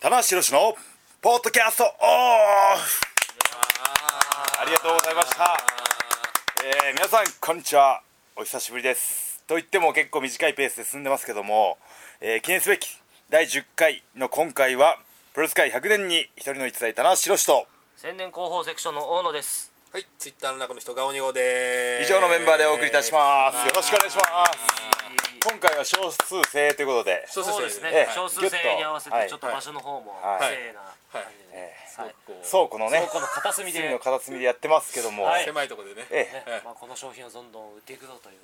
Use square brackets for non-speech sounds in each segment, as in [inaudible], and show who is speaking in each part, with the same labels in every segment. Speaker 1: 棚橋宏のポッドキャストオフありがとうございました、えー皆さんこんにちはお久しぶりですと言っても結構短いペースで進んでますけども、えー記念すべき第10回の今回はプロレス界100年に一人の逸材棚橋宏と
Speaker 2: 千年広報セクションの大野です
Speaker 3: はい、ツイッターの中の人が鬼号で
Speaker 1: 以
Speaker 3: ーす。
Speaker 1: 上のメンバーでお送りいたします、よろしくお願いします今回は少数制ということで
Speaker 3: そう
Speaker 2: そう
Speaker 3: で
Speaker 2: ですす
Speaker 3: ね
Speaker 2: ね、
Speaker 1: ええ
Speaker 2: 少数制に合わせて
Speaker 1: はい
Speaker 2: ちょっと場所の方も
Speaker 1: はい
Speaker 2: せいな感じで、はい
Speaker 1: 倉庫のね
Speaker 2: 倉庫の片隅で
Speaker 1: 隅の片隅でやってますけども、
Speaker 2: はい
Speaker 3: 狭いところでね。
Speaker 1: ええ
Speaker 2: ねまあ、この商品をどんどん売っていくぞという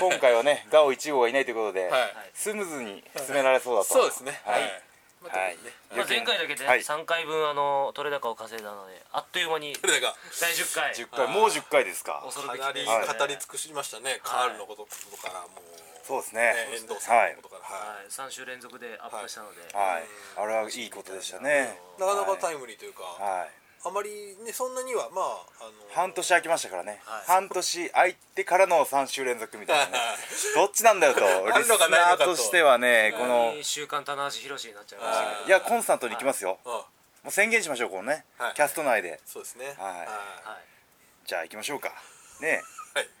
Speaker 1: 今回はねガオ1号がいないということで、
Speaker 3: はい。
Speaker 1: スムーズに進められそうだと
Speaker 3: そうですね。
Speaker 1: はい、
Speaker 3: まあ特にね。
Speaker 2: まあ前回だけで
Speaker 1: はい
Speaker 2: 3回分あの取れ高を稼いだのであっという間に
Speaker 3: それが
Speaker 2: 第10回
Speaker 1: 10回もう10回ですか
Speaker 2: 恐
Speaker 3: か
Speaker 2: るべき
Speaker 3: なり
Speaker 2: です
Speaker 1: はい
Speaker 3: 語り尽くしましたね。カールのこととからもう。
Speaker 1: そうですね
Speaker 3: ね遠藤さ
Speaker 1: は
Speaker 3: ん
Speaker 1: い
Speaker 3: のことから。は
Speaker 2: はい、3週連続でアップしたので、
Speaker 1: はいあれはいいことでしたね
Speaker 3: い。なかなかタイムリーというか、
Speaker 1: はい
Speaker 3: あまりねそんなにはまああの。
Speaker 1: 半年空きましたからね、
Speaker 2: はい
Speaker 1: 半年空いてからの3週連続みたいなね
Speaker 3: [laughs]
Speaker 1: どっちなんだよと
Speaker 3: [laughs] あ
Speaker 1: リ
Speaker 3: る
Speaker 1: ス
Speaker 3: のかない
Speaker 1: ナ
Speaker 3: の
Speaker 1: ー
Speaker 3: かと
Speaker 1: としてはねこの
Speaker 2: いい週刊棚橋宏になっちゃいましたけど
Speaker 1: いやコンスタントに行きますよ
Speaker 3: うん。
Speaker 1: もう宣言しましょうこのね、
Speaker 3: はい
Speaker 1: キャスト内で
Speaker 3: そうですね。
Speaker 1: はい
Speaker 2: はい
Speaker 1: じゃあ行きましょうかね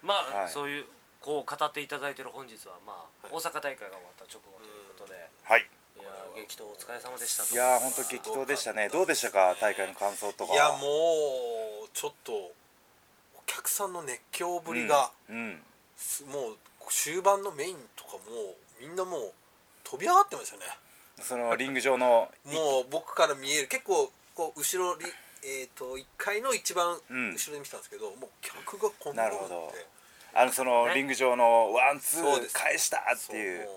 Speaker 2: まあ、
Speaker 1: はい
Speaker 2: そういうこう語っていただいてる本日は、まあ、大阪大会が終わった直後ということで、
Speaker 1: はい
Speaker 2: いやー激闘お疲れ様でしたと
Speaker 1: いやー本当激闘でしたねどうでしたか大会の感想とか
Speaker 3: いやもうちょっとお客さんの熱狂ぶりが、
Speaker 1: うん
Speaker 3: すもう終盤のメインとかもうみんなもう飛び上がってましたね。
Speaker 1: そのリング上の [laughs]
Speaker 3: もう僕から見える結構こう後ろに、えー、と1階の一番後
Speaker 1: うん
Speaker 3: ろで見てたんですけど、もう客がこん
Speaker 1: な
Speaker 3: な
Speaker 1: る
Speaker 3: の
Speaker 1: ほ
Speaker 3: っ
Speaker 1: ど
Speaker 3: て
Speaker 1: あのその
Speaker 2: ね
Speaker 1: リング上のワンツ
Speaker 3: そうで
Speaker 1: ー
Speaker 3: す
Speaker 1: 返したっていう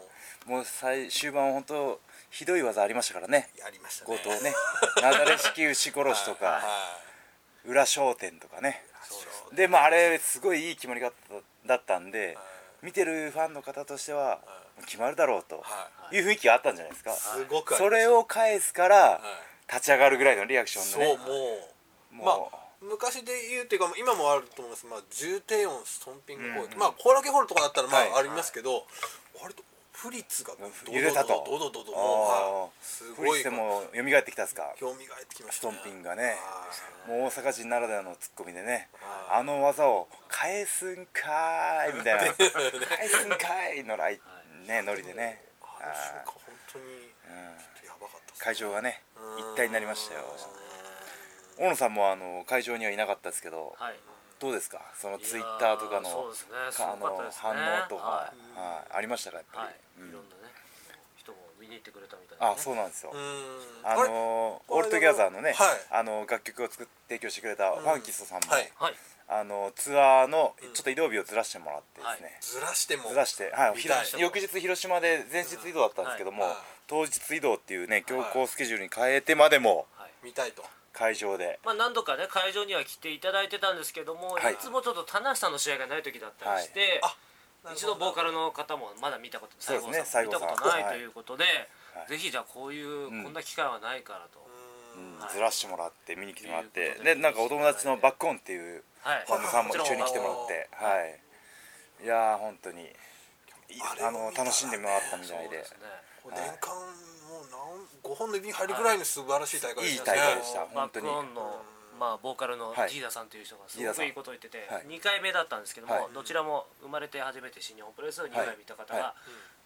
Speaker 3: そ
Speaker 1: もう最終盤本当ひどい技ありましたからね
Speaker 3: うやりましたね
Speaker 1: 強盗ね [laughs] なだれ式牛殺しと
Speaker 3: は
Speaker 1: か裏商店とかね
Speaker 3: いそう
Speaker 1: でまああれすごいいい決まり方だったんで見てるファンの方としては決まるだろうと
Speaker 3: はい
Speaker 1: いう雰囲気があったんじゃないですか
Speaker 3: すごくありました
Speaker 1: それを返すか
Speaker 3: は
Speaker 1: ら
Speaker 3: い
Speaker 1: 立ち上がるぐらいのリアクショ
Speaker 3: そ
Speaker 1: ン
Speaker 3: う
Speaker 1: で
Speaker 3: も
Speaker 1: ね
Speaker 3: う
Speaker 1: もう
Speaker 3: まあ昔で言うっていうかもう今もあると思います、まあ、重低音ストンピング攻撃、まあコーラケホールとかだったらま
Speaker 1: はい
Speaker 3: あありますけど、割と不律が
Speaker 1: 揺れたと
Speaker 3: どどどどど
Speaker 1: あー
Speaker 3: はいす
Speaker 1: フ
Speaker 3: ご
Speaker 1: リス
Speaker 3: い
Speaker 1: でも蘇ってきたですか
Speaker 3: 興味がえってきまし
Speaker 1: ス
Speaker 3: た、
Speaker 1: トンピングがね
Speaker 3: はい
Speaker 1: もう大阪人ならではのツッコミでね
Speaker 3: はい
Speaker 1: あの技を返すんかーいみ
Speaker 3: [laughs]
Speaker 1: たいな返すんかいのライねノリでね
Speaker 3: あの瞬間本当にちょっとやばかったです
Speaker 1: 会場がね一体になりましたよ大野さんもあの会場にはいなかったですけど
Speaker 2: はい
Speaker 1: どうですかそのツイッターとか
Speaker 2: いやーそう
Speaker 1: の
Speaker 2: ですねす
Speaker 1: かあ
Speaker 2: ごかった
Speaker 1: の
Speaker 2: ですね
Speaker 1: 反応とか
Speaker 2: は
Speaker 1: はいありましたかやっ
Speaker 2: い、は
Speaker 1: ぱ
Speaker 2: い
Speaker 1: りう
Speaker 2: い
Speaker 1: ん
Speaker 2: ろんなね人も見に行ってくれたみたいな、ね、
Speaker 1: あそうなんですよ
Speaker 3: うん
Speaker 1: あ
Speaker 3: あれ
Speaker 1: のーオールトギャザーのね
Speaker 3: はい
Speaker 1: あの楽曲を作って提供してくれたファンキストさんも
Speaker 3: はい
Speaker 2: はい
Speaker 1: あのツアーのちょっと移動日をずらしてもらってですね
Speaker 3: ずらしても
Speaker 1: ずらして、はい、
Speaker 3: 見
Speaker 1: ひ
Speaker 3: たい
Speaker 1: ろ翌日広島で前日移動だったんですけども、
Speaker 3: うんはい
Speaker 1: 当日移動っていうね強行スケジュールに変えてまでも
Speaker 2: はい
Speaker 3: 見たいと
Speaker 1: 会場で、
Speaker 2: まあ、何度かね会場には来ていただいてたんですけども、
Speaker 1: はい
Speaker 2: い、つもちょっと棚橋さんの試合がない時だったりして、
Speaker 3: あ
Speaker 2: 一度ボーカルの方もまだ見たこと
Speaker 1: そうですね
Speaker 2: 西郷さんも見たことな
Speaker 1: 西郷
Speaker 2: い
Speaker 1: さん
Speaker 2: ということで、
Speaker 1: はい
Speaker 2: ぜひじゃあこういう、
Speaker 1: ん
Speaker 2: こんな機会はないからと、
Speaker 1: うんずらしてもらって見に来てもらっ
Speaker 2: とい
Speaker 1: て
Speaker 2: うこと
Speaker 1: で
Speaker 2: で
Speaker 1: なんかお友達のバックオンっていう
Speaker 2: はい
Speaker 1: バンドさんも一緒に来てもらっ
Speaker 3: は
Speaker 1: てはいいやー本当にい
Speaker 3: あれ
Speaker 1: あ
Speaker 3: も
Speaker 1: の
Speaker 3: 見たら
Speaker 1: 楽しんでもらったみ
Speaker 2: そう
Speaker 1: たいで
Speaker 2: ですね
Speaker 3: 年間もう何五本の指に入るぐらいの素晴らしい大会でした
Speaker 1: いい大会で
Speaker 3: ね
Speaker 1: した本
Speaker 2: バッ
Speaker 1: 当に
Speaker 2: クオンの、まあ、ボーカルの
Speaker 1: はい
Speaker 2: ティーダさんという人がす
Speaker 1: ティーダ
Speaker 2: ご
Speaker 1: さん
Speaker 2: くいいことを言ってて、
Speaker 1: はい
Speaker 2: 2回目だったんですけども、
Speaker 1: はい
Speaker 2: どちらも生まれて初めて新日本プロレスを2回見た方が、
Speaker 1: は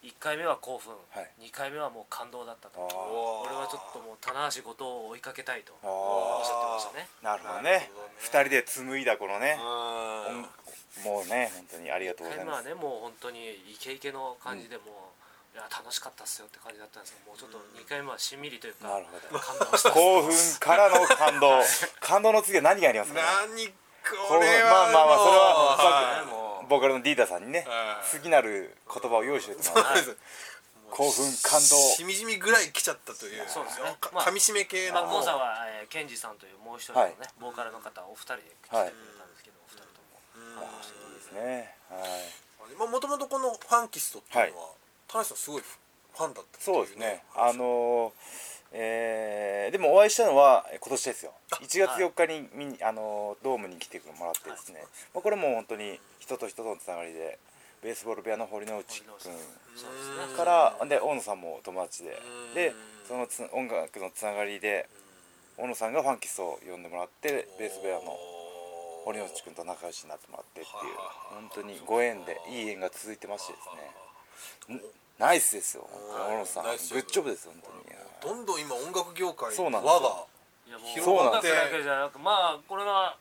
Speaker 2: 1回目は興奮、
Speaker 1: はい
Speaker 2: 2回目はもう感動だった
Speaker 1: あ
Speaker 2: と
Speaker 1: ー
Speaker 2: 俺はちょっともう棚橋後藤を追いかけたいと
Speaker 1: あ
Speaker 2: おっしゃって
Speaker 1: ーな
Speaker 2: ましたね
Speaker 1: るほど
Speaker 3: なる
Speaker 1: ね
Speaker 3: ほどね
Speaker 1: 二人で紡いだこのね
Speaker 3: う
Speaker 1: 音も
Speaker 3: ん
Speaker 1: うね本当にありがとうござい
Speaker 2: 今
Speaker 1: ま
Speaker 2: は
Speaker 1: す
Speaker 2: ねもう本当にイケイケの感じでもう、いや楽しかったっすよって感じだったんですけどもうちょっと2回目はしんみりというか
Speaker 1: なるほど
Speaker 2: 感動したっす
Speaker 1: 興奮からの感動感動の次は何がありますかね
Speaker 3: 何
Speaker 1: こ
Speaker 3: こ
Speaker 1: れ
Speaker 3: れ
Speaker 1: はまあまあまあそれは
Speaker 3: も
Speaker 2: も
Speaker 3: う
Speaker 2: う
Speaker 1: ボーカルのディーダさんにね
Speaker 3: はい
Speaker 1: 次なる言葉を用意しておいてもらっ
Speaker 3: はい
Speaker 1: て興奮感動
Speaker 3: しみじみぐらい来ちゃったという
Speaker 2: そうですね
Speaker 3: か
Speaker 2: まあ
Speaker 3: 噛み締め系
Speaker 2: バ
Speaker 3: の
Speaker 2: ッコ
Speaker 3: も
Speaker 2: ン
Speaker 3: う
Speaker 2: さんは、えー、ケンジさんというもう一人の
Speaker 1: は
Speaker 2: ね、
Speaker 1: い
Speaker 2: ボーカルの方お二人で来てくれたんですけど、お二人と
Speaker 1: で
Speaker 2: も
Speaker 1: すねはい
Speaker 3: まあもともとこのファンキストっていうのは田中さんすごいファンだったってい
Speaker 1: そうですねあ
Speaker 3: 話
Speaker 1: のーえーでもお会いしたのはえー今年ですよ1月
Speaker 2: はい
Speaker 1: 4日に見にあのードームに来てもらってですねまあこれも本当に人と人とのつながりでベースボール部屋の堀之内
Speaker 2: 堀之内さん
Speaker 1: 君
Speaker 2: そうですね
Speaker 1: からで大野さんも友達で
Speaker 3: うん
Speaker 1: でそのつ音楽のつながりで大野さんがファンキスを呼んでもらってベース部屋の堀之内君と仲良しになってもらってっていう
Speaker 3: はいはいはい
Speaker 1: 本当にご縁でいい縁が続いてましてですねんナイスですよ本当に大野さんグ
Speaker 3: ナイス
Speaker 1: ッジョブです本当にいや
Speaker 3: どんどん今音楽業界
Speaker 1: そうなんですよそう
Speaker 2: いやもう
Speaker 3: 輪が
Speaker 1: な
Speaker 2: 音
Speaker 1: ん
Speaker 2: 楽
Speaker 1: です
Speaker 3: よ
Speaker 2: だけじゃなくまあこれは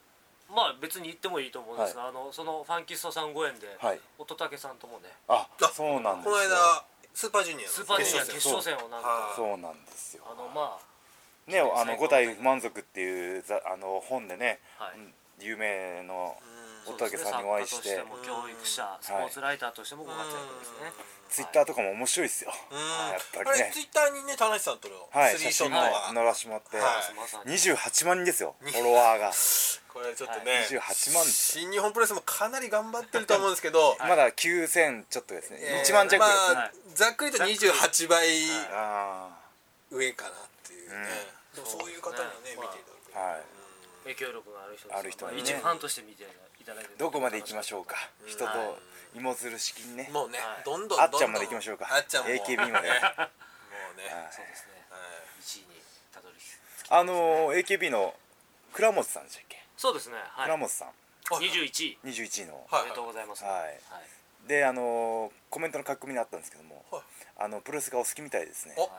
Speaker 2: まあ別に言ってもいいと思うんですが、あのそのファンキストさんご縁で、
Speaker 1: はい
Speaker 2: 乙武さんともね
Speaker 1: あ
Speaker 3: あ
Speaker 1: そうなんです
Speaker 3: こ
Speaker 1: よ
Speaker 3: の間スーパージュニアの
Speaker 2: スーパージュニア決
Speaker 1: 決
Speaker 2: 勝
Speaker 1: 勝
Speaker 2: 戦
Speaker 1: 戦
Speaker 2: をなん
Speaker 3: は
Speaker 2: か
Speaker 3: い
Speaker 1: そうなんですよ
Speaker 2: あのまあ
Speaker 1: ねあの
Speaker 2: 最高
Speaker 1: 五体不満足っていうざあの本でね、
Speaker 2: はい
Speaker 1: 有名の
Speaker 3: うん
Speaker 1: 乙武さんにお会いし
Speaker 2: そうです
Speaker 1: て
Speaker 2: ね作家としても教育者スポーツライターとしてもご活躍ですね
Speaker 1: ツイッターとかも面白いですよ、
Speaker 3: うん
Speaker 1: やっぱり
Speaker 3: あれ
Speaker 1: ね
Speaker 3: ツイッターにね田無さんとの
Speaker 1: はい
Speaker 3: スリ
Speaker 1: 写
Speaker 3: ーショッ
Speaker 1: 真
Speaker 3: ト
Speaker 1: も
Speaker 3: が、
Speaker 1: 載らしてもらって、
Speaker 3: はい
Speaker 2: まさに
Speaker 1: 28万人ですよフォロワーが
Speaker 3: これちょっとね、
Speaker 1: 28万です
Speaker 3: 新日本プロレスもかなり頑張ってると思うんですけど、
Speaker 1: まだ9000ちょっとですね、
Speaker 3: えー
Speaker 1: 1万弱ですね、
Speaker 3: ま
Speaker 2: は
Speaker 3: あ
Speaker 2: い、
Speaker 3: ざっくりと28倍
Speaker 1: あ
Speaker 3: 上かなっていうね、でもそういう方にはね、
Speaker 2: まあ
Speaker 3: 見ていただく、
Speaker 1: ーはい
Speaker 2: 影響力がある人
Speaker 1: ある人はね
Speaker 2: 一ファンとして見ていただいて
Speaker 1: どこまで行きましょうか人と
Speaker 2: はい
Speaker 1: 芋づる式にね
Speaker 3: もうね、
Speaker 2: はい
Speaker 3: どんどんどんどん
Speaker 1: あっちゃんまで行きましょうか
Speaker 3: あっちゃんも
Speaker 1: AKB
Speaker 3: [laughs]
Speaker 1: まで
Speaker 3: もうね、
Speaker 1: はい
Speaker 2: そうですね
Speaker 3: はい
Speaker 2: 1位にたどり着く
Speaker 1: あのー AKB の倉本さんでしたっけ、
Speaker 2: そうですねはい
Speaker 1: 倉本さん
Speaker 2: 21位
Speaker 1: 21位の、
Speaker 3: はい
Speaker 2: おめでとうございます
Speaker 1: はいであのーコメントの書き込みにあったんですけども、
Speaker 3: はい
Speaker 1: あのプロレスがお好きみたいですね
Speaker 3: お
Speaker 2: はい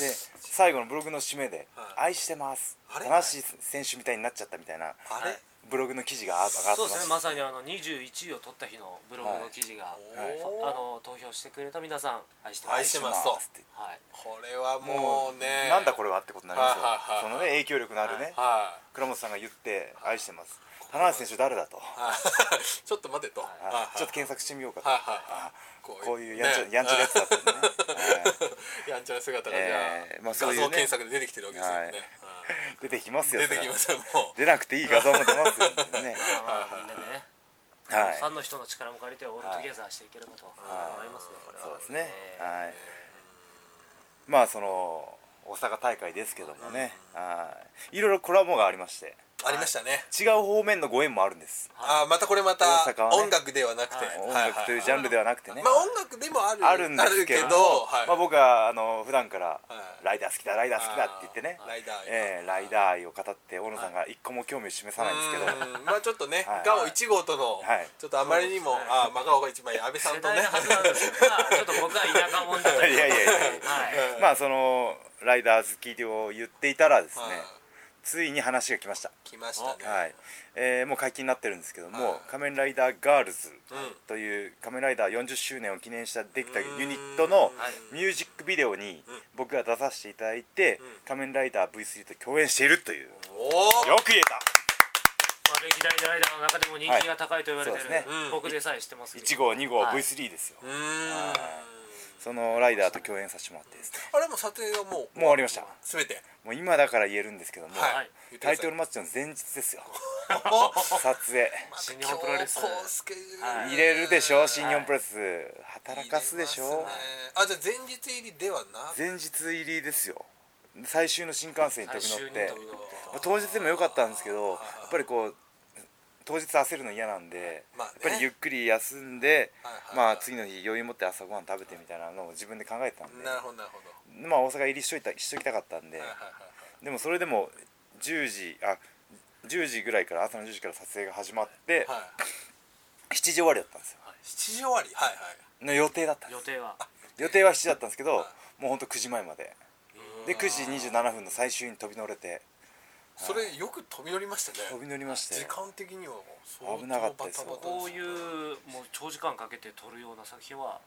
Speaker 1: で最後のブログの締めで「
Speaker 3: はい
Speaker 1: 愛してます」「
Speaker 3: あれ
Speaker 1: 田し選手みたいになっちゃった」みたいな
Speaker 3: あれ、
Speaker 2: はい
Speaker 1: ブログの記事があ上がって
Speaker 2: そう
Speaker 1: ま
Speaker 2: ですね
Speaker 1: し
Speaker 2: ま
Speaker 1: た
Speaker 2: さにあの21位を取った日のブログの記事が、
Speaker 1: はい
Speaker 2: あの投票してくれた皆さん愛してます
Speaker 3: 愛してますと
Speaker 1: って
Speaker 2: はい
Speaker 3: これはも
Speaker 1: も
Speaker 3: う
Speaker 1: う
Speaker 3: ね
Speaker 1: なんだこれはってことになりますよ
Speaker 3: はいはいはい
Speaker 1: そのね影響力のあるね
Speaker 3: はい
Speaker 1: 倉本さんが言って「愛してます」「田し選手誰だ?」と
Speaker 3: はい [laughs] ちょっと待てと、はい
Speaker 1: あちょっと検索してみようかと
Speaker 3: はいはい
Speaker 1: あ
Speaker 3: こ
Speaker 1: こういうやんちゃやんちゃなやつだった
Speaker 3: [laughs]
Speaker 1: んですね
Speaker 3: やんちゃな姿がじゃあ、
Speaker 1: えーまあそういうね
Speaker 3: 画像検索で出てきてるわけですよね、
Speaker 1: はいはい出てきますよ
Speaker 3: うん出てきますすよもう
Speaker 1: 出なくていい画像も出ますよ本当
Speaker 3: [laughs]
Speaker 1: にね
Speaker 2: まあみんなでね、
Speaker 1: はい
Speaker 2: ファンの人の力も借りてオールトゲザーしていければと思いますね、これは
Speaker 1: そうですね、
Speaker 2: えー
Speaker 1: はいまあその大阪大会ですけどもね、はいいろいろコラボがありまして
Speaker 3: ありましたね
Speaker 1: 違う方面のご縁もあるんです、
Speaker 3: あーまたこれまた
Speaker 1: 大阪はね
Speaker 3: 音楽ではなくて、
Speaker 2: はい
Speaker 1: 音楽というジャンルではなくてね、
Speaker 3: まあ音楽でもある
Speaker 1: あるんですけど
Speaker 3: あるけどはい
Speaker 1: まあ、僕はあの普段から、
Speaker 3: はい
Speaker 1: ライダー好きだライダー好きだ」って言ってね
Speaker 3: あーライダー
Speaker 1: ええライダー愛を語って小野さんが一個も興味を示さないんですけど、
Speaker 3: うーんまあちょっとね、
Speaker 1: はい
Speaker 3: ガオ1号との、
Speaker 1: はい
Speaker 3: ちょっとあまりに
Speaker 2: そ
Speaker 3: も、
Speaker 2: うですね
Speaker 3: ああ真顔が一枚安倍さん
Speaker 2: 世
Speaker 3: とね
Speaker 2: 代のはずなんですけど、まあ、ちょっと僕は田舎者だ
Speaker 1: [laughs]
Speaker 2: と
Speaker 1: いやいやいやいや、
Speaker 2: は
Speaker 1: まあそのライダー好きを言っていたらですね、
Speaker 3: はい
Speaker 1: ついに話が来ました
Speaker 3: 来ましたね、
Speaker 1: はいえーもう解禁になってるんですけども、
Speaker 3: はい
Speaker 1: 仮面ライダーガールズ
Speaker 3: ん
Speaker 1: という仮面ライダー40周年を記念したできたユニットの
Speaker 2: い
Speaker 1: ミュージックビデオに僕が出させていただいて、仮面ライダー V3 と共演しているという、
Speaker 3: お
Speaker 1: よく言えた
Speaker 2: まあ、歴代ライダーの中でも人気が高いと言われて
Speaker 1: はいそ
Speaker 2: る、
Speaker 1: うですね
Speaker 2: うん僕でさえ知ってますけど
Speaker 1: 1号2号
Speaker 2: はい
Speaker 1: V3 ですよ、
Speaker 3: おうーん
Speaker 1: そのライダーと共演させてもらってですね
Speaker 3: あれもう撮影はもう
Speaker 1: もう終わりました
Speaker 3: すべて
Speaker 1: もう今だから言えるんですけども、
Speaker 3: はい、
Speaker 2: はい
Speaker 3: 言ってく
Speaker 1: タ
Speaker 3: だ
Speaker 1: イ
Speaker 3: さい
Speaker 1: トルマッチの前日
Speaker 3: [laughs]
Speaker 1: ですよ
Speaker 3: お
Speaker 1: 撮影
Speaker 2: 新日本プロレス
Speaker 3: 強行スケジュール
Speaker 2: はい
Speaker 1: 入れるでしょ新日本プロレス、働かすでしょ、
Speaker 3: 入れますねあじゃあ前日入りではなく
Speaker 1: 前日入りですよ最終の新幹線に飛び乗っ
Speaker 2: 最
Speaker 1: て
Speaker 2: 終に飛び乗って
Speaker 1: まあ当日でも良かったんですけどやっぱりこう当日焦るの嫌なんで、
Speaker 3: まあね
Speaker 1: やっぱりゆっくり休んで、
Speaker 3: はいはいはい
Speaker 1: まあ次の日余裕持って朝ごはん食べてみたいなのを自分で考えてたんで、
Speaker 3: なるほどなるほど
Speaker 1: まあ大阪入りしといたしときたかったんで、
Speaker 3: はいはいはい
Speaker 1: でもそれでも10時あ10時ぐらいから朝の10時から撮影が始まって、
Speaker 3: はい
Speaker 1: 7時終わりだったんですよ
Speaker 3: 7時終わりはいはい
Speaker 1: の予定だったんで
Speaker 2: 予
Speaker 1: す
Speaker 2: 定は
Speaker 1: 予定は7時だったんですけど、
Speaker 3: はい
Speaker 1: もうほんと9時前までで9時27分の最終に飛び乗れて
Speaker 3: それよく飛び乗りましたね
Speaker 1: 飛び乗りまして
Speaker 3: 時間的にはもう相当
Speaker 1: 危なかったですよ
Speaker 3: バタバタ
Speaker 2: こういうもう長時間かけて撮るような作品は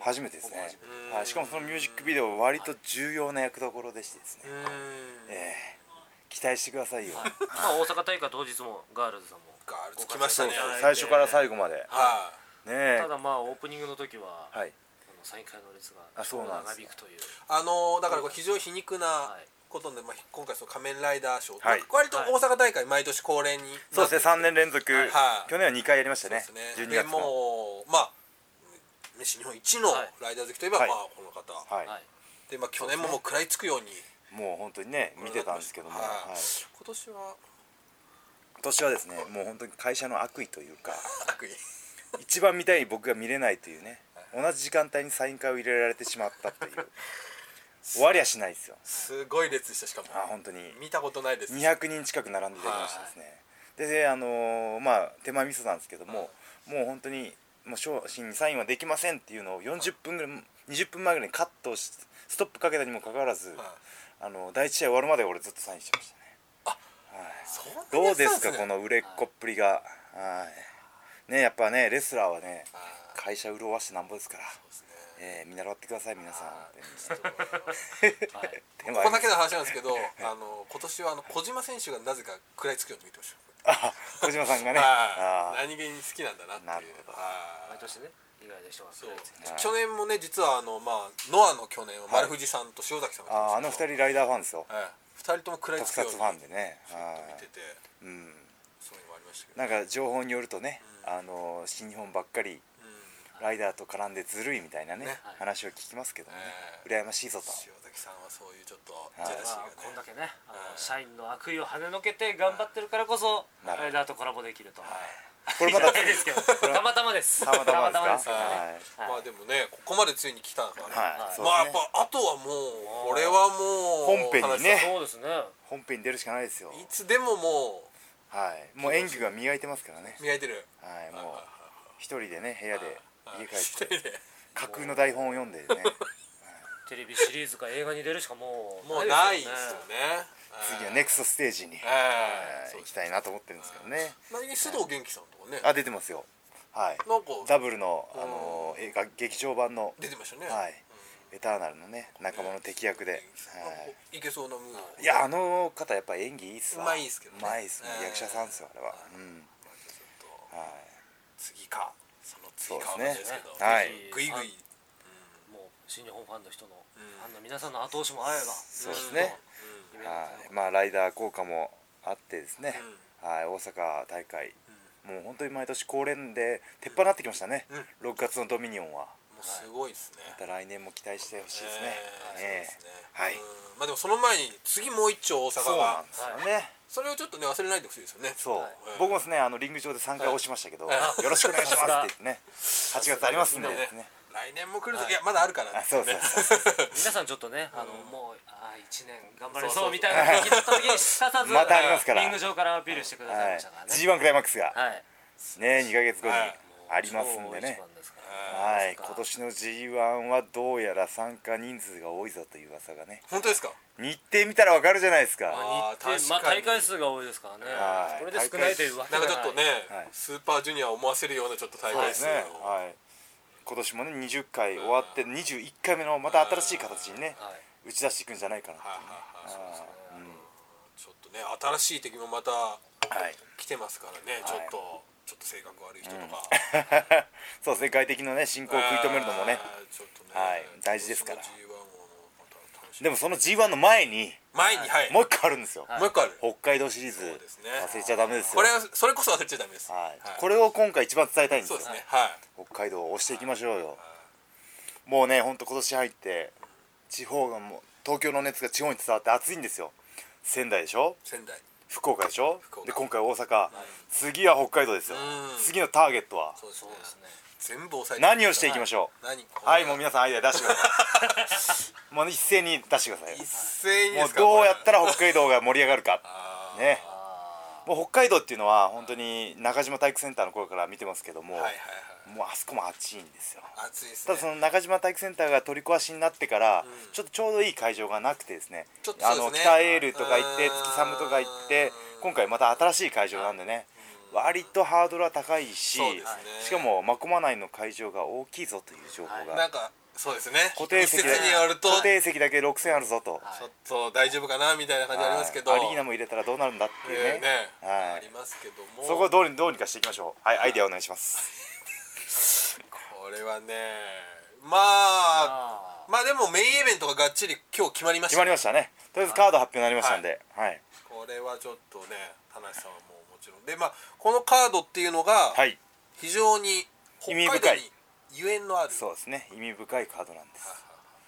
Speaker 1: 初めてですね
Speaker 2: ほぼ初めて
Speaker 1: はい、しかもそのミュージックビデオは割と重要な役どころでしてですね、
Speaker 3: うーん
Speaker 1: えー期待してくださいよ、
Speaker 2: はいまあ、大阪大会当日もガールズさんも
Speaker 3: ガールズ来ました
Speaker 1: そう
Speaker 3: ね
Speaker 1: そう
Speaker 2: はい
Speaker 1: 最初から最後までね
Speaker 3: は
Speaker 1: え
Speaker 2: ただまあオープニングの時は、
Speaker 1: はい
Speaker 2: あのサイン会の列が
Speaker 1: あそうなんで
Speaker 2: 長
Speaker 1: す
Speaker 2: 引くという
Speaker 3: いあのーだからこう非常に皮肉な
Speaker 2: はい
Speaker 3: ことでまあ今回その仮面ライダーショー
Speaker 1: はい
Speaker 3: 割と大阪大会毎年恒例に
Speaker 1: そうですね3年連続、
Speaker 3: はい
Speaker 1: 去年は2回やりましたね
Speaker 3: そうですね
Speaker 1: 12
Speaker 3: で
Speaker 1: 月の
Speaker 3: もうまあ西日本一の
Speaker 2: はい
Speaker 3: ライダー好きといえば、
Speaker 1: はい
Speaker 3: まあこの方、
Speaker 1: はい、
Speaker 2: はい
Speaker 3: でまあ去年ももう食らいつくように
Speaker 1: もう本当にね見てたんですけども、
Speaker 3: はい
Speaker 1: はい、
Speaker 3: 今年は [laughs]
Speaker 1: 今年はですねもう本当に会社の悪意というか
Speaker 3: 悪意
Speaker 1: 一番見たいに僕が見れないというね同じ時間帯にサイン会を入れられてしまった
Speaker 3: [laughs]
Speaker 1: という終わりはしないですよ
Speaker 3: すごい列でしたしかも
Speaker 1: あ本当に
Speaker 3: 見たことないです
Speaker 1: 200人近く並んでいただきましたですね、でであのーまあ手前味噌なんですけども、もう本当にもう商品にサインはできませんっていうのを40分ぐらい20分前ぐらいにカットをしストップかけたにもかかわらず、
Speaker 3: はい
Speaker 1: あの第1試合終わるまで俺ずっとサインしてましたね
Speaker 3: そんな
Speaker 1: どう
Speaker 3: 列
Speaker 1: で
Speaker 3: なん
Speaker 1: すかこ
Speaker 3: ね
Speaker 1: の売れっ子っぷりがはいねやっぱねレスラーはね
Speaker 3: あ
Speaker 1: 会社潤わしてなんぼですから、
Speaker 3: ーそうですね
Speaker 1: えー見習ってください皆さん
Speaker 3: あ
Speaker 1: 本 [laughs]
Speaker 2: はい
Speaker 1: 当に
Speaker 3: ここだけの話なんですけどあの今年はあの小島選手がなぜか食らいつくように見てました
Speaker 1: あ小島さんがねあ
Speaker 3: はい何気に好きなんだな
Speaker 1: な
Speaker 3: ってい
Speaker 1: る
Speaker 3: う
Speaker 1: ほ
Speaker 3: はい
Speaker 2: 毎年ね意外で人が
Speaker 3: そう
Speaker 2: 食らいついて
Speaker 1: はい
Speaker 3: 去年もね実はあのまあノアの去年は丸藤さんと塩崎さん
Speaker 1: ーあーあの
Speaker 3: 二
Speaker 1: 二人ライダーファンですよ
Speaker 3: 2人とも食らい
Speaker 1: 特
Speaker 3: つくよ
Speaker 1: 撮
Speaker 3: うに
Speaker 1: ファンでね
Speaker 3: 見
Speaker 1: は
Speaker 3: てて
Speaker 1: いうん
Speaker 3: そういうのもありましたけど
Speaker 1: なんか情報によるとね、あの新日本ばっかり
Speaker 3: うん
Speaker 1: ライダーと絡んでずるいみたいなね
Speaker 3: ね
Speaker 1: 話を聞きますけどね、
Speaker 3: え
Speaker 1: 羨ましい [laughs] ぞと
Speaker 3: 塩崎さんはそういうちょっと
Speaker 1: い
Speaker 3: ジェラシー
Speaker 2: まあ、こんだ
Speaker 3: がね
Speaker 2: けねあの社員の悪意を跳ねのけて頑張ってるからこそ
Speaker 1: なるほど
Speaker 2: ライダーとコラボできると
Speaker 1: [laughs] これま
Speaker 2: 言
Speaker 1: だ
Speaker 2: い方ですけどたまたまです
Speaker 1: たまたまですか
Speaker 2: たまたまですけどね
Speaker 3: ま
Speaker 2: は
Speaker 3: あ
Speaker 2: い
Speaker 3: でもねここまでついに来たからね
Speaker 1: はい、
Speaker 2: はい
Speaker 1: そう
Speaker 3: まあやっぱあとはもうこれはもう
Speaker 1: 本編にね
Speaker 2: そうですね
Speaker 1: 本編に出るしかないですよ
Speaker 3: 話いつでもも
Speaker 1: はいもう演技が磨いてますからね
Speaker 3: う磨いてる
Speaker 1: [laughs] はいもう一人でね部屋で家帰
Speaker 3: 一
Speaker 1: っ
Speaker 3: 人
Speaker 1: て
Speaker 3: で
Speaker 1: 架空の台本を読んでね
Speaker 2: テレビシリーズか映画に出るしかもう
Speaker 3: もうないですよ
Speaker 2: で
Speaker 3: ね
Speaker 2: すよ
Speaker 1: 次はネクストステージに、
Speaker 3: え
Speaker 1: はい
Speaker 3: えそう
Speaker 1: 行きたいなと思ってるんですけどね
Speaker 3: 何に須藤元気さんとかね
Speaker 1: あ出てますよはい
Speaker 3: なんか
Speaker 1: ダブルの、あの映画劇場版の
Speaker 3: 出てましたね
Speaker 1: はい、エターナルのね仲間の敵役で、は
Speaker 3: なんかいけそうなムーン
Speaker 1: い、いやあの方やっぱ演技いいっすわ
Speaker 3: うまいっすけどね
Speaker 1: うまいっすね
Speaker 3: うん
Speaker 1: 役者さんっすよあれはうんはい
Speaker 3: 次かその次か
Speaker 1: そ
Speaker 3: は
Speaker 1: う
Speaker 3: 分
Speaker 1: で
Speaker 3: かんないですす
Speaker 1: ね
Speaker 3: けど
Speaker 1: はい
Speaker 3: グイグイ
Speaker 2: もう新日本ファンの人の
Speaker 3: ん
Speaker 2: ファンの皆さんの後押しもあれば
Speaker 1: そうですね、
Speaker 2: うん
Speaker 1: はいまあライダー効果もあってですね、はい大阪大会、もう本当に毎年恒例で鉄板になってきましたね、6月のドミニオンは
Speaker 3: もうすごいですね
Speaker 1: また来年も期待してほしいですね
Speaker 3: えーそう
Speaker 1: え
Speaker 3: ですね
Speaker 1: えはい
Speaker 3: うんまあでもその前に次もう一丁大
Speaker 1: そ
Speaker 3: 阪
Speaker 1: うな
Speaker 3: が
Speaker 1: んですよね、
Speaker 3: それをちょっとね忘れないでほしいですよね
Speaker 1: そう、
Speaker 2: はい
Speaker 1: 僕もですねあのリング上で3回押しましたけど、よろしくお願いしますって言って
Speaker 3: [laughs]
Speaker 1: ね8月ありますんで
Speaker 3: みんな
Speaker 1: で
Speaker 3: ね
Speaker 1: すね
Speaker 3: 来年も来るといやまだあるから
Speaker 1: あそうそうそう
Speaker 2: 皆さんちょっとねあのもうあ1年頑張れ
Speaker 3: そうそう
Speaker 2: そうみたいな時だった時にすかさず
Speaker 1: またありますから
Speaker 2: リング上からアピールしてください
Speaker 1: は
Speaker 2: ま
Speaker 1: い
Speaker 2: したから、ね
Speaker 1: G1 クライマックスが、
Speaker 2: はい
Speaker 1: ね2ヶ月後に
Speaker 3: はい
Speaker 1: ありますんでね、
Speaker 2: 超一番すから
Speaker 1: はい
Speaker 2: そうか
Speaker 1: 今年の G1 はどうやら参加人数が多いぞという噂がね
Speaker 3: 本当ですか
Speaker 1: 日程見たらわかるじゃないです
Speaker 3: あ
Speaker 1: か
Speaker 3: ー
Speaker 2: 日程まあ
Speaker 3: 確か
Speaker 2: 大
Speaker 3: に
Speaker 2: 会数が多いですからね
Speaker 1: はい
Speaker 2: これで少ないというわけ
Speaker 3: なん
Speaker 2: が
Speaker 3: か
Speaker 2: ない
Speaker 3: ちょっとね
Speaker 1: はい
Speaker 3: スーパージュニアを思わせるようなちょっと大
Speaker 1: そう
Speaker 3: 会
Speaker 1: で
Speaker 3: ですす
Speaker 1: ね
Speaker 3: よ
Speaker 1: はい今年もね20回終わって21回目のまた新しい形にね
Speaker 2: はい
Speaker 1: 打ち出していくんじゃないかなと
Speaker 3: はいはいはいそうですねちょっとね新しい敵もまた
Speaker 1: はい
Speaker 3: 来てますからねちょっとちょっと性格悪い人とか
Speaker 1: そうですね外敵のね進行を食い止めるのもね
Speaker 3: あーちょっとね
Speaker 1: はい大事ですから
Speaker 3: 今年の G1 をまた楽しみ
Speaker 1: でもその G1 の前に
Speaker 3: 前にはい
Speaker 1: もう一個あるんですよ、
Speaker 3: もう一個ある
Speaker 1: 北海道シリーズ
Speaker 3: そうですね
Speaker 1: 忘れちゃダメですよ
Speaker 3: これはそれこそ忘れちゃダメです
Speaker 1: はい
Speaker 3: はい
Speaker 1: これを今回一番伝えたいんです
Speaker 3: そう
Speaker 1: よ
Speaker 3: ですねはい
Speaker 1: 北海道を押していきましょうよ、もうねほんと今年入って地方がもう東京の熱が地方に伝わって暑いんですよ仙台でしょ
Speaker 3: 仙台
Speaker 1: 福岡でしょ
Speaker 3: 福岡
Speaker 1: で今回大阪、次は北海道ですよ
Speaker 3: うん
Speaker 1: 次のターゲットは
Speaker 3: そうです
Speaker 2: そう
Speaker 3: ね
Speaker 2: ですね
Speaker 3: 全部押さえ
Speaker 1: 何をしていきましょう
Speaker 3: う何
Speaker 1: はいもう皆さんアイデア出してくださ
Speaker 3: [laughs]
Speaker 1: いもう一斉に出してください
Speaker 3: 一斉に
Speaker 1: も
Speaker 3: で
Speaker 1: う
Speaker 3: すか
Speaker 1: どうやっ
Speaker 3: こ
Speaker 1: たら北海道が盛り上がるか
Speaker 3: あー
Speaker 1: ねもう北海道っていうのは本当に中島体育センターの頃から見てますけども、
Speaker 3: れはいはい
Speaker 1: もうあそこも暑いんですよ
Speaker 3: はい暑いです
Speaker 1: た
Speaker 3: ね
Speaker 1: だその中島体育センターが取り壊しになってから、ちょっとちょうどいい会場がなくてですね
Speaker 3: ちょっとそう
Speaker 1: あ
Speaker 3: ですね
Speaker 1: の北エールとか行って
Speaker 3: あー
Speaker 1: 月寒とか行って今回また新しい会場なんでね割とハードルは高いし、
Speaker 3: そうですね
Speaker 1: しかも真駒内の会場が大きいぞという情報が、
Speaker 3: なんかそうですね
Speaker 1: 固定席
Speaker 3: 一説によると
Speaker 1: 固
Speaker 3: ち
Speaker 1: 定席だけ6000あるぞと、
Speaker 3: ょっと大丈夫かなみたいな感じありますけど
Speaker 1: はいアリーナも入れたらどうなるんだっていう
Speaker 3: え
Speaker 1: ね
Speaker 3: ーね
Speaker 1: は
Speaker 3: あ
Speaker 1: い
Speaker 3: りますけども
Speaker 1: そこをどうにどうにかしていきましょうはいアイデアお願いし
Speaker 3: [laughs]
Speaker 1: ます
Speaker 3: これはねまあ
Speaker 2: あ
Speaker 3: まあでもメインイベントががっちり今日決まりまし
Speaker 1: 決ま
Speaker 3: た
Speaker 1: りましたねとりあえずカード発表になりましたんではい
Speaker 3: これはちょっとね田無さんはもうもちろんでまあこのカードっていうのが
Speaker 1: はい
Speaker 3: 非常に北海
Speaker 1: 意味
Speaker 3: 道
Speaker 1: 深い
Speaker 3: にゆえんのある
Speaker 1: そうですね意味深いカードなんです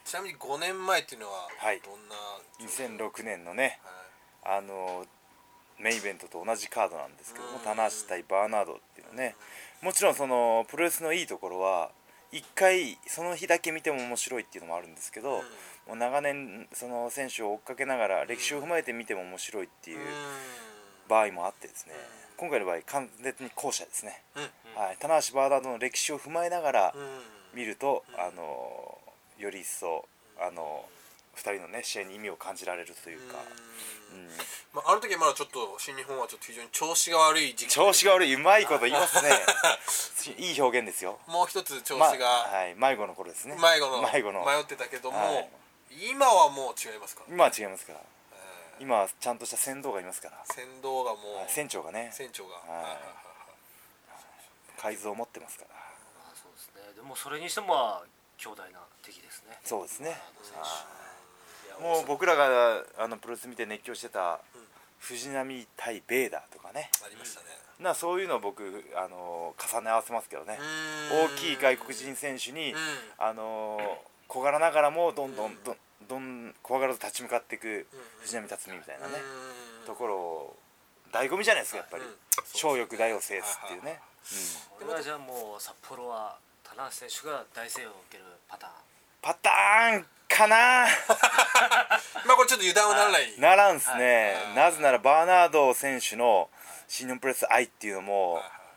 Speaker 3: ちなみに5年前っていうのは
Speaker 1: はい
Speaker 3: どんな、
Speaker 1: 2006年のね
Speaker 3: は
Speaker 1: あのメインイベントと同じカードなんですけども
Speaker 3: うん
Speaker 1: 棚橋対バーナードっていうのねもちろんそのプロレスのいいところは1回その日だけ見ても面白いっていうのもあるんですけど、
Speaker 3: うん
Speaker 1: もう長年その選手を追っかけながら歴史を踏まえて見ても面白いっていううん場合もあってですね今回の場合完全に後者ですね、はい、棚橋バーナードの歴史を踏まえながら
Speaker 3: うん
Speaker 1: 見ると、あのより一層あの2人のね試合に意味を感じられるというか、
Speaker 3: うん
Speaker 1: うん
Speaker 3: まあ、あの時はまだちょっと新日本はちょっと非常に調子が悪い時期
Speaker 1: 調子が悪いうまいこと言いますね
Speaker 3: [laughs]
Speaker 1: いい表現ですよ
Speaker 3: もう一つ調子
Speaker 1: ま
Speaker 3: が
Speaker 1: はい、迷子の頃ですね
Speaker 3: 迷子の
Speaker 1: 迷子の
Speaker 3: 迷ってたけども、
Speaker 1: はい
Speaker 3: 今はもう違いますから、
Speaker 1: 今は違いますから
Speaker 3: え
Speaker 1: 今はちゃんとした船頭がいますから
Speaker 3: ー船頭がもう
Speaker 1: 船長がね
Speaker 3: 船長が、
Speaker 1: い
Speaker 3: はいはい
Speaker 1: 改造を持ってますから
Speaker 2: あそうですねでもそれにしてもまあ強大な敵ですね
Speaker 1: そうですね
Speaker 2: あの選手いや
Speaker 1: もう僕らがあのプロレス見て熱狂してた
Speaker 3: ん
Speaker 1: 藤波対ベーダーとかね
Speaker 3: はいありましたね、
Speaker 1: なそういうのを僕あの重ね合わせますけどね
Speaker 3: 大
Speaker 1: 大きい外国人選手に
Speaker 3: うん
Speaker 1: あの小柄ながらもどんどんどんどん怖がらず立ち向かっていく藤波辰巳みたいなねところを醍醐味じゃないですかやっぱり
Speaker 3: うん
Speaker 1: 小欲大を制すっていうね
Speaker 2: これはじゃあもう札幌は棚橋選手が大声援を受けるパターン
Speaker 1: パターンかな
Speaker 3: まあこれちょっと油断はならない、
Speaker 1: ならんっすね、
Speaker 3: はい
Speaker 1: なぜならバーナード選手の新日本プロレス愛っていうのも、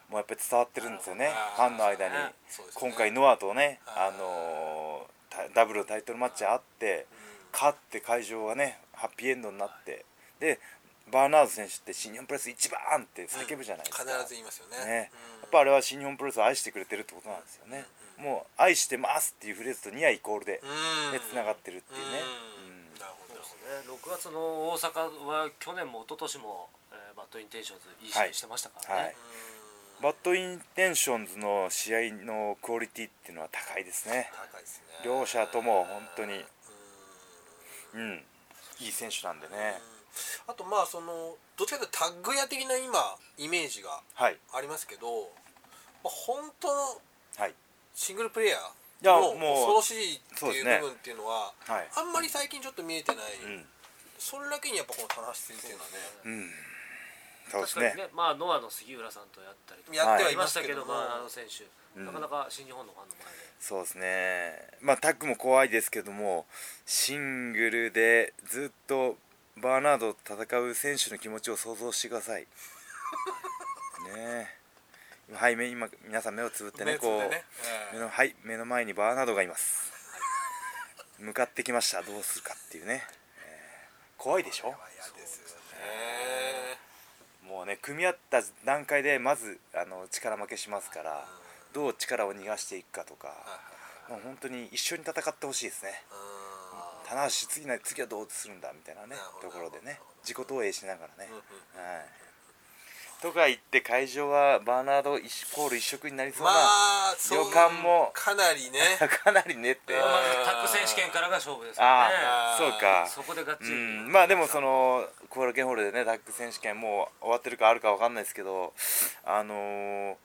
Speaker 1: もうやっぱり伝わってるんですよね、
Speaker 3: い
Speaker 1: ファンの間に、
Speaker 2: はい
Speaker 3: そうですね
Speaker 1: 今回ノアとね、
Speaker 3: はい
Speaker 1: あのータダブルタイトルマッチあって、勝って会場がねハッピーエンドになって、でバーナード選手って新日本プロレス一番って叫ぶじゃないですか、
Speaker 3: 必ず言いますよね
Speaker 1: ね、
Speaker 3: うん
Speaker 1: やっぱあれは新日本プロレスを愛してくれてるってことなんですよね、もう愛してますっていうフレーズとニアイコールで、
Speaker 3: うん
Speaker 1: ね、つながってるっていうね、
Speaker 3: うんなるほどなるほ
Speaker 2: ね6月の大阪は去年も一昨年も、えーバッドインテンションズいい試
Speaker 1: は
Speaker 2: 合
Speaker 1: い
Speaker 2: してましたからね、
Speaker 1: はいバッドインテンションズの試合のクオリティっていうのは高いですね
Speaker 3: ど高いですね
Speaker 1: 両者とも本当にうんいい選手なんでね
Speaker 3: あとまあそのどっちかというとタッグ屋的な今イメージが
Speaker 1: はい
Speaker 3: ありますけど、まあ、本当の
Speaker 1: はい
Speaker 3: シングルプレイヤ
Speaker 1: いや
Speaker 3: ーの
Speaker 1: もう
Speaker 3: 恐ろしいって
Speaker 1: そうで
Speaker 3: い
Speaker 1: す
Speaker 3: う
Speaker 1: ね
Speaker 3: 部分っていうのは
Speaker 1: はい
Speaker 3: あんまり最近ちょっと見えてない、
Speaker 1: うん
Speaker 3: それだけにやっぱこの棚橋先生がね
Speaker 1: そうです
Speaker 2: 確かに
Speaker 1: ね
Speaker 2: ねまあノアの杉浦さんとやったりと
Speaker 3: や
Speaker 1: っ
Speaker 2: か
Speaker 1: てはい
Speaker 2: りましたけど、
Speaker 3: ますけども
Speaker 2: まあ、あの選手、
Speaker 1: ん
Speaker 2: なかなか新日本のファンの前で
Speaker 1: そうですねまあタッグも怖いですけどもシングルでずっとバーナードと戦う選手の気持ちを想像してくだ
Speaker 3: [laughs]
Speaker 1: さいねえはい目今皆さん目をつぶってね
Speaker 3: 目つぶ
Speaker 1: こ
Speaker 3: っ
Speaker 1: う
Speaker 3: てねええ
Speaker 1: 目のはい目の前にバーナードがいます向かってきましたどうするかっていうね、えー怖いでしょ
Speaker 3: 嫌ですよね
Speaker 1: もうね組み合った段階でまずあの力負けしますからどう力を逃がしていくかとかもう本当に一緒に戦ってほしいですね棚橋次な次はどうするんだみたいなね
Speaker 3: なるほ
Speaker 1: と
Speaker 3: ど
Speaker 1: ころでね自己投影しながらね、はいとか言って会場はバーナード一コール一色になりそう
Speaker 3: ま
Speaker 1: な、
Speaker 3: あそ
Speaker 1: 予感も
Speaker 3: かなりね
Speaker 1: [laughs] かなりねって
Speaker 2: ま
Speaker 1: あ
Speaker 2: あタッグ選手権からが勝負ですから
Speaker 1: あ
Speaker 3: ね
Speaker 1: ーそうか
Speaker 2: ねそこでがっちり、
Speaker 1: うん、まあでもその後楽園ホールでねタッグ選手権もう終わってるかあるかわかんないですけどあのー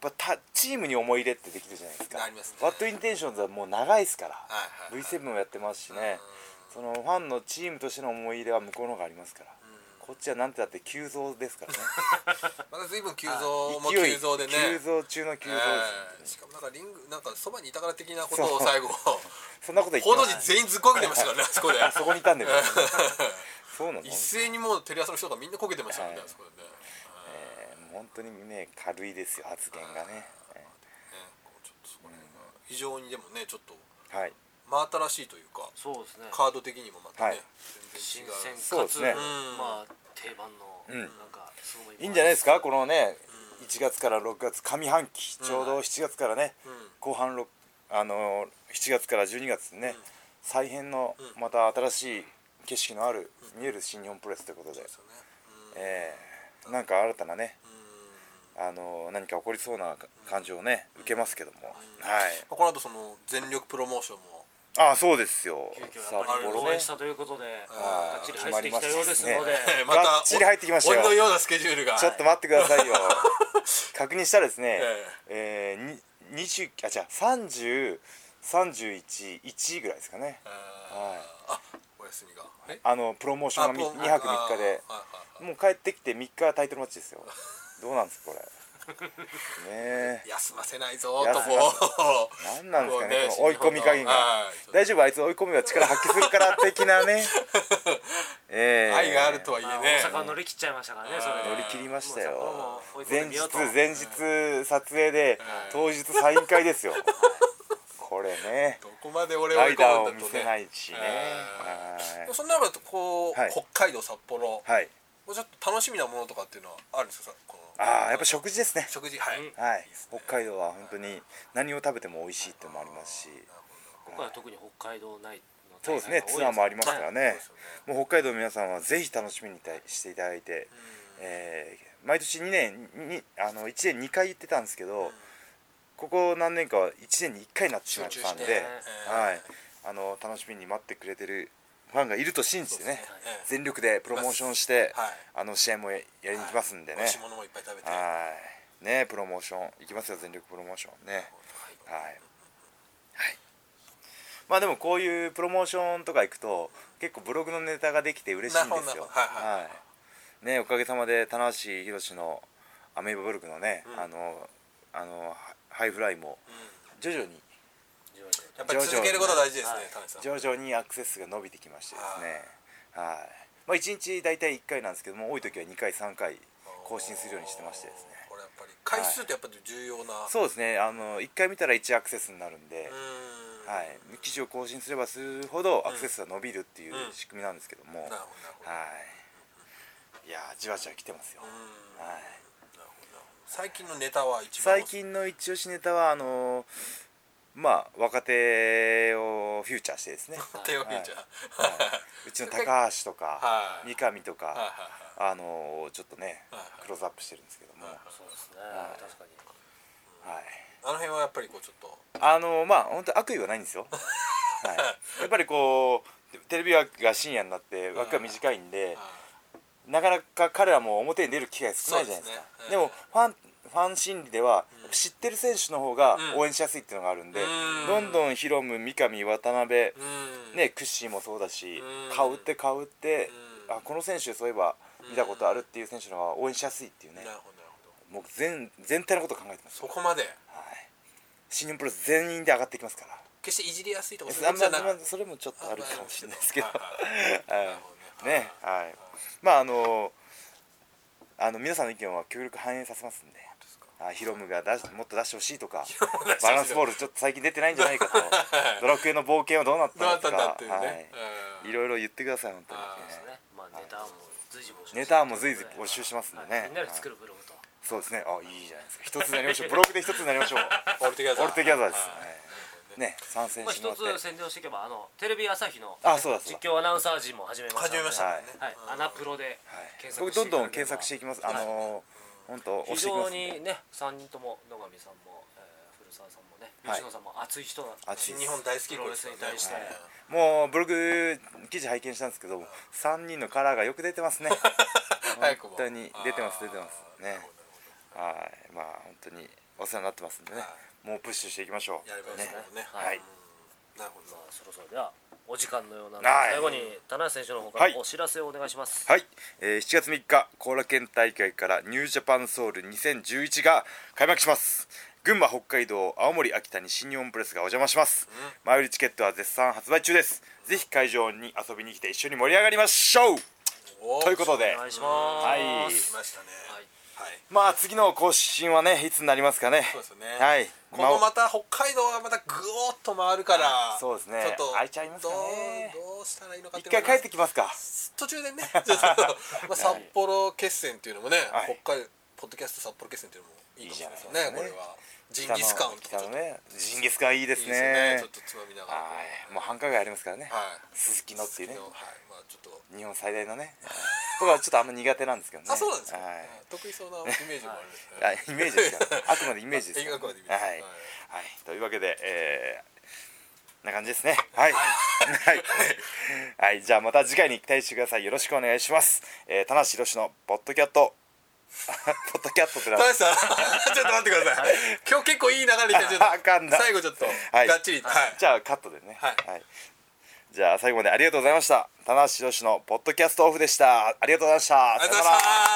Speaker 1: やっぱたチームに思い入れってできるじゃないですか
Speaker 3: ありますね
Speaker 1: バッドインテンションズはもう長いですから、
Speaker 3: はいはい
Speaker 1: V7 もやってますしねそのファンのチームとしての思い入れは向こうの方がありますからこっちはなんてだって急増ですからね
Speaker 3: また随分急増 [laughs] も
Speaker 1: 勢い
Speaker 3: 急増でね
Speaker 1: 急増中の急増です、
Speaker 3: ええしかもなんかリングなんかそばにいたから的なことを最後
Speaker 1: そんなこと言って
Speaker 3: 報道
Speaker 1: ま
Speaker 3: 陣
Speaker 1: す
Speaker 3: 全員ずっこけてました
Speaker 1: [laughs]
Speaker 3: からねあそこで
Speaker 1: そこにいた
Speaker 3: [laughs]
Speaker 1: んでそうなの
Speaker 3: 一斉にもうテレ朝の人がみんなこけてましたからね
Speaker 1: はい
Speaker 3: あそこでね
Speaker 1: えーもう本当にね軽いですよ発言がね、
Speaker 3: ねこうちょっとそこら辺が非常にでもねちょっと
Speaker 1: はい
Speaker 3: 真新しいというか
Speaker 2: そうですね
Speaker 3: カード的にもまた
Speaker 1: は
Speaker 3: ね
Speaker 1: い
Speaker 2: 新
Speaker 3: 全
Speaker 2: 鮮
Speaker 3: 然違う
Speaker 1: そう
Speaker 2: か
Speaker 1: で
Speaker 2: つ、
Speaker 1: すね
Speaker 2: まあ定番の、
Speaker 1: ん
Speaker 2: なんかすご
Speaker 1: いいんじゃないですかこ
Speaker 2: の
Speaker 1: のね1月から6月上半期ちょうど7月からね、
Speaker 3: ん
Speaker 1: 後半ろあのー7月から12月ね、再編のまた新しい景色のある、見える新日本プロレスということで、
Speaker 3: そうね
Speaker 1: えーなんか新たなね、あのー何か起こりそうな感情をね受けますけども、はい
Speaker 3: まあこの後その全力プロモーションも
Speaker 1: ああそうですよ
Speaker 2: 急
Speaker 1: 札
Speaker 2: 遽やっぱり
Speaker 1: 幌
Speaker 2: 応
Speaker 1: ね
Speaker 2: 援したということで、
Speaker 1: あ
Speaker 2: がっちり入ってきたようですの
Speaker 1: 決ま
Speaker 2: で
Speaker 1: りまし、
Speaker 3: [laughs] ええま
Speaker 1: がっちり入ってきましたよ
Speaker 3: 鬼のようなスケジュールが
Speaker 1: ちょっと待ってください
Speaker 3: [laughs]
Speaker 1: よ確認したらですね、えーに20あじゃあ3031ぐらいですかね
Speaker 3: ええ
Speaker 1: はい
Speaker 3: あお休みがえ
Speaker 1: あのプロモーションが
Speaker 3: あプロ
Speaker 1: 2泊3日で
Speaker 3: あああ
Speaker 1: もう帰ってきて3日はタイトルマッチですよどうなんですかこれ
Speaker 3: [laughs]
Speaker 1: ねえ
Speaker 3: 休ませないぞと
Speaker 1: 休ま何なん
Speaker 3: [laughs]
Speaker 1: ですかねこの追い込み加減が大丈夫あいつ追い込みは力発揮するから的な
Speaker 3: [laughs]
Speaker 1: ねええ
Speaker 3: 愛があるとはいえ
Speaker 2: まあ
Speaker 3: ね、
Speaker 2: 大阪乗り切っちゃいましたからねそれ
Speaker 1: 乗
Speaker 2: で
Speaker 1: り切りました
Speaker 2: も
Speaker 1: よ
Speaker 2: うそこは
Speaker 1: 前
Speaker 2: もう追
Speaker 1: 日
Speaker 2: い込んでみようと
Speaker 1: 前日撮影で
Speaker 3: はい
Speaker 1: 当日サイン会
Speaker 2: [laughs]
Speaker 1: ですよこれね
Speaker 3: どこまで俺を追い
Speaker 1: 間
Speaker 3: 込
Speaker 1: を
Speaker 3: むん
Speaker 1: 見
Speaker 3: だと
Speaker 1: せ
Speaker 3: ね
Speaker 1: ないしね
Speaker 3: は
Speaker 1: はい
Speaker 3: その中だとこう、
Speaker 1: はい
Speaker 3: 北海道札幌も
Speaker 1: はい。
Speaker 3: うちょっと楽しみなものとかっていうのはあるんですかさこの
Speaker 1: ああ、やっぱ食事ですね。
Speaker 3: 食事はい、
Speaker 2: うん
Speaker 1: はい
Speaker 3: いです。ね
Speaker 1: 北海道は本当に何を食べても美味しいってのもありますし、
Speaker 2: 今回は特に北海道ないの
Speaker 1: そうですね。ツアーもありますから
Speaker 2: ね
Speaker 1: ね
Speaker 3: そうですよ。
Speaker 1: もう北海道の皆さんはぜひ楽しみにいたしていただいて、えー毎年2年にあの1年2回行ってたんですけど、ここ何年かは1年に1回になってしまったんで、
Speaker 3: 集中して
Speaker 2: ね
Speaker 1: はい。あの楽しみに待ってくれてるファンがいると信じてね、
Speaker 3: ええ
Speaker 1: 全力でプロモーションして、
Speaker 3: はい
Speaker 1: あの試合もややりに行きますんでね。
Speaker 3: 美味しいものもいっぱい食べて
Speaker 1: はい。ねプロモーションいきますよ全力プロモーションね。はい。はい。まあでもこういうプロモーションとか行くと結構ブログのネタができて嬉しいんです
Speaker 3: なる
Speaker 1: よ。
Speaker 3: ほどはいはい
Speaker 1: いねおかげさまで棚橋宏のアメーバブログのね、
Speaker 3: うん
Speaker 1: あのあのハイフライも徐々に
Speaker 2: じわじわ
Speaker 3: やっぱり続けることは大事ですね
Speaker 2: はい
Speaker 3: 田中さん
Speaker 1: 徐々にアクセスが伸びてきましてですねはい。まあ一日大体1回なんですけども多い時は2回3回更新するようにしてましてですね。
Speaker 3: これやっぱり回数ってやっぱり重要な、
Speaker 1: そうですねあの1回見たら1アクセスになるんで
Speaker 3: う、ん
Speaker 1: はい、記事を更新すればするほどアクセスが伸びるっていう
Speaker 3: うん
Speaker 1: 仕組みなんですけども、
Speaker 3: なるほどなるほど
Speaker 1: はいいやーじわじわ来てますよ、
Speaker 3: うん
Speaker 1: はい、
Speaker 3: なるほどなるほど最近のネタは一番
Speaker 1: 最近の一押しネタはあのーまあ若手をフューチャーして
Speaker 3: [laughs]
Speaker 1: ですね
Speaker 3: 手を入れちゃう
Speaker 1: はいうちの高橋と
Speaker 3: は
Speaker 1: か
Speaker 3: い
Speaker 1: 三上と
Speaker 3: はいはい
Speaker 1: か
Speaker 3: はい
Speaker 1: あのーちょっとね
Speaker 3: はいはい
Speaker 1: クローズアップしてるんですけども
Speaker 3: はい
Speaker 2: そうですね
Speaker 1: はい
Speaker 2: 確かに
Speaker 1: はい
Speaker 3: あの辺はやっぱりこうちょっと
Speaker 1: あのまあ本当悪意はないんですよ、
Speaker 3: [laughs]
Speaker 1: はい、やっぱりこうテレビ枠が深夜になって枠が短いんでなかなか彼らも表に出る機会少ないじゃないですか
Speaker 3: そうですね
Speaker 1: でもファンファン心理では知ってる選手の方が応援しやすいっていうのがあるんで、
Speaker 3: うん
Speaker 1: どんどんヒロム三上渡辺、
Speaker 3: うん
Speaker 1: ね、クッシーもそうだし
Speaker 3: うん
Speaker 1: 顔売って顔売って
Speaker 3: うん
Speaker 1: あこの選手そういえば見たことあるっていう選手の方が応援しやすいっていう
Speaker 3: な
Speaker 1: ね
Speaker 3: るほどなるほど
Speaker 1: もう全全体のことを考えてます
Speaker 3: そこまで
Speaker 1: 新日本プロレス全員で上がってきますから
Speaker 3: 決していじりやすいとかそうい
Speaker 1: あ
Speaker 3: うんことじゃ
Speaker 1: ま
Speaker 3: な
Speaker 1: ま
Speaker 3: く
Speaker 1: あそれもちょっとあるかもしれないですけど、
Speaker 3: はいなるほ
Speaker 1: はい、
Speaker 3: どね
Speaker 1: ね、はい、まああのあの皆さんの意見は極力反映させますんで、あヒロムが出しもっと出してほしいとか、バランスボールちょっと最近出てないんじゃないかと、ドラクエの冒険はどうなっ
Speaker 3: どうだ
Speaker 1: たのと
Speaker 3: ったんだっ
Speaker 1: か
Speaker 3: ていう、
Speaker 1: は
Speaker 3: ね
Speaker 1: い、いろいろ言ってください本当に、
Speaker 3: あー
Speaker 2: そうです
Speaker 1: ね
Speaker 2: ねまあネタも随時募集
Speaker 1: ネタも随時募集しますんでね
Speaker 2: はいみんなで作るブログと
Speaker 1: そうですね、あいいじゃないですか、 [laughs] 一つになりましょう、ブログで一つになりましょう、
Speaker 3: うんオルテギャザー
Speaker 1: [laughs] オルテギャザーです
Speaker 3: はい
Speaker 1: ね、ね参戦
Speaker 2: まあ
Speaker 1: しても
Speaker 2: 一
Speaker 1: らって、
Speaker 2: つ宣伝をしていけばあのテレビ朝日の
Speaker 1: あそうだそうだ
Speaker 2: 実況アナウンサー陣も始めました
Speaker 3: 始めましたからね、
Speaker 2: はいアナプロで検索
Speaker 1: 僕
Speaker 2: して
Speaker 1: ど
Speaker 2: い
Speaker 1: ん
Speaker 2: ただ
Speaker 1: ど
Speaker 2: けれ
Speaker 1: ん
Speaker 2: ば
Speaker 1: 検索していきます、あの本当押
Speaker 2: 非
Speaker 1: していきま
Speaker 2: 常
Speaker 1: すんで
Speaker 2: にね3人とも野上さんも、えー古澤さんもね
Speaker 1: はい
Speaker 2: 吉野さんも熱い人なんで
Speaker 1: 熱い
Speaker 3: 新日本大好き
Speaker 2: プロレスに対して、
Speaker 3: はい
Speaker 1: もうブログ記事拝見したんですけど3人のカラーがよく出てますね
Speaker 3: [laughs] 早くも
Speaker 1: 本当に出てます
Speaker 3: あー
Speaker 1: 出てますねはいまあ本当にお世話になってますんでね
Speaker 3: は
Speaker 1: もうプッシュしていきましょう
Speaker 3: やればいいですねね
Speaker 1: はい
Speaker 3: なるほど
Speaker 2: まあ、そろそろではお時間のようなので
Speaker 1: はい
Speaker 2: 最後に田中選手の方か
Speaker 1: はい
Speaker 2: らお知らせをお願いします、
Speaker 1: はい、えー7月3日後楽園大会からニュージャパンソウル2011が開幕します群馬北海道青森秋田に新日本プロレスがお邪魔します前売りチケットは絶賛発売中ですぜひ会場に遊びに来て一緒に盛り上がりましょう
Speaker 3: おー
Speaker 1: ということで
Speaker 2: お願いします、
Speaker 1: はい
Speaker 3: 来ましたね
Speaker 2: はい
Speaker 3: はい、
Speaker 1: まあ次の更新はねいつになりますかね
Speaker 3: そうですね
Speaker 1: はい
Speaker 3: このまた北海道がまたぐおーっと回るから
Speaker 1: そうですね
Speaker 3: ちょっと
Speaker 1: 開いちゃいますかね
Speaker 3: どうどうしたらいいのか
Speaker 1: 一回帰って
Speaker 3: き
Speaker 1: きますか
Speaker 3: 途中でね
Speaker 1: [laughs]
Speaker 3: ちょっとまあ札幌決戦っていうのもね、
Speaker 1: はい
Speaker 3: 北海ポッドキャスト札幌決戦っていうのもいいかもしれないですよね
Speaker 1: いいじゃない
Speaker 3: こ
Speaker 1: です
Speaker 3: れ
Speaker 1: かね
Speaker 3: はジンギスカンとか
Speaker 1: 北
Speaker 3: ち
Speaker 1: の
Speaker 3: ょ
Speaker 1: 北
Speaker 3: っと
Speaker 1: のねジンギスカンいいで
Speaker 3: い
Speaker 1: す
Speaker 3: い
Speaker 1: ね
Speaker 3: ですねちょっとつまみながら
Speaker 1: はいもう繁華街ありますからね、
Speaker 3: はい
Speaker 1: 鈴木のっていうね
Speaker 3: 次のはいまあちょっと
Speaker 1: 日本最大の
Speaker 3: [laughs]
Speaker 1: ね僕はちょっとあんま苦手なんですけどね
Speaker 3: あそうなんですか、
Speaker 1: はい
Speaker 3: 得意そうなイメージもあるんですね、
Speaker 1: あイメージ
Speaker 3: [laughs]
Speaker 1: ですからあくまでイメージですから
Speaker 3: あくまでイメージ
Speaker 1: はい、はいというわけでえー、な感じですねはいはい、はい、じゃあまた次回に期待してくださいよろしくお願いします、えー、田無宏のポッドキャット [laughs] ポッドキャットってな
Speaker 3: 田中さん [laughs] ちょっと待ってください今日結構いい流れでちょっと
Speaker 1: [laughs] あかんだ
Speaker 3: 最後ちょっと
Speaker 1: はい
Speaker 3: がっちりはい
Speaker 1: じゃあカットでね
Speaker 3: はい
Speaker 1: はい、じゃあ最後までありがとうございました棚橋宏のポッドキャストオフでしたありがとうございました
Speaker 3: ありがとうござい
Speaker 1: さよ
Speaker 3: ま
Speaker 1: なら
Speaker 3: した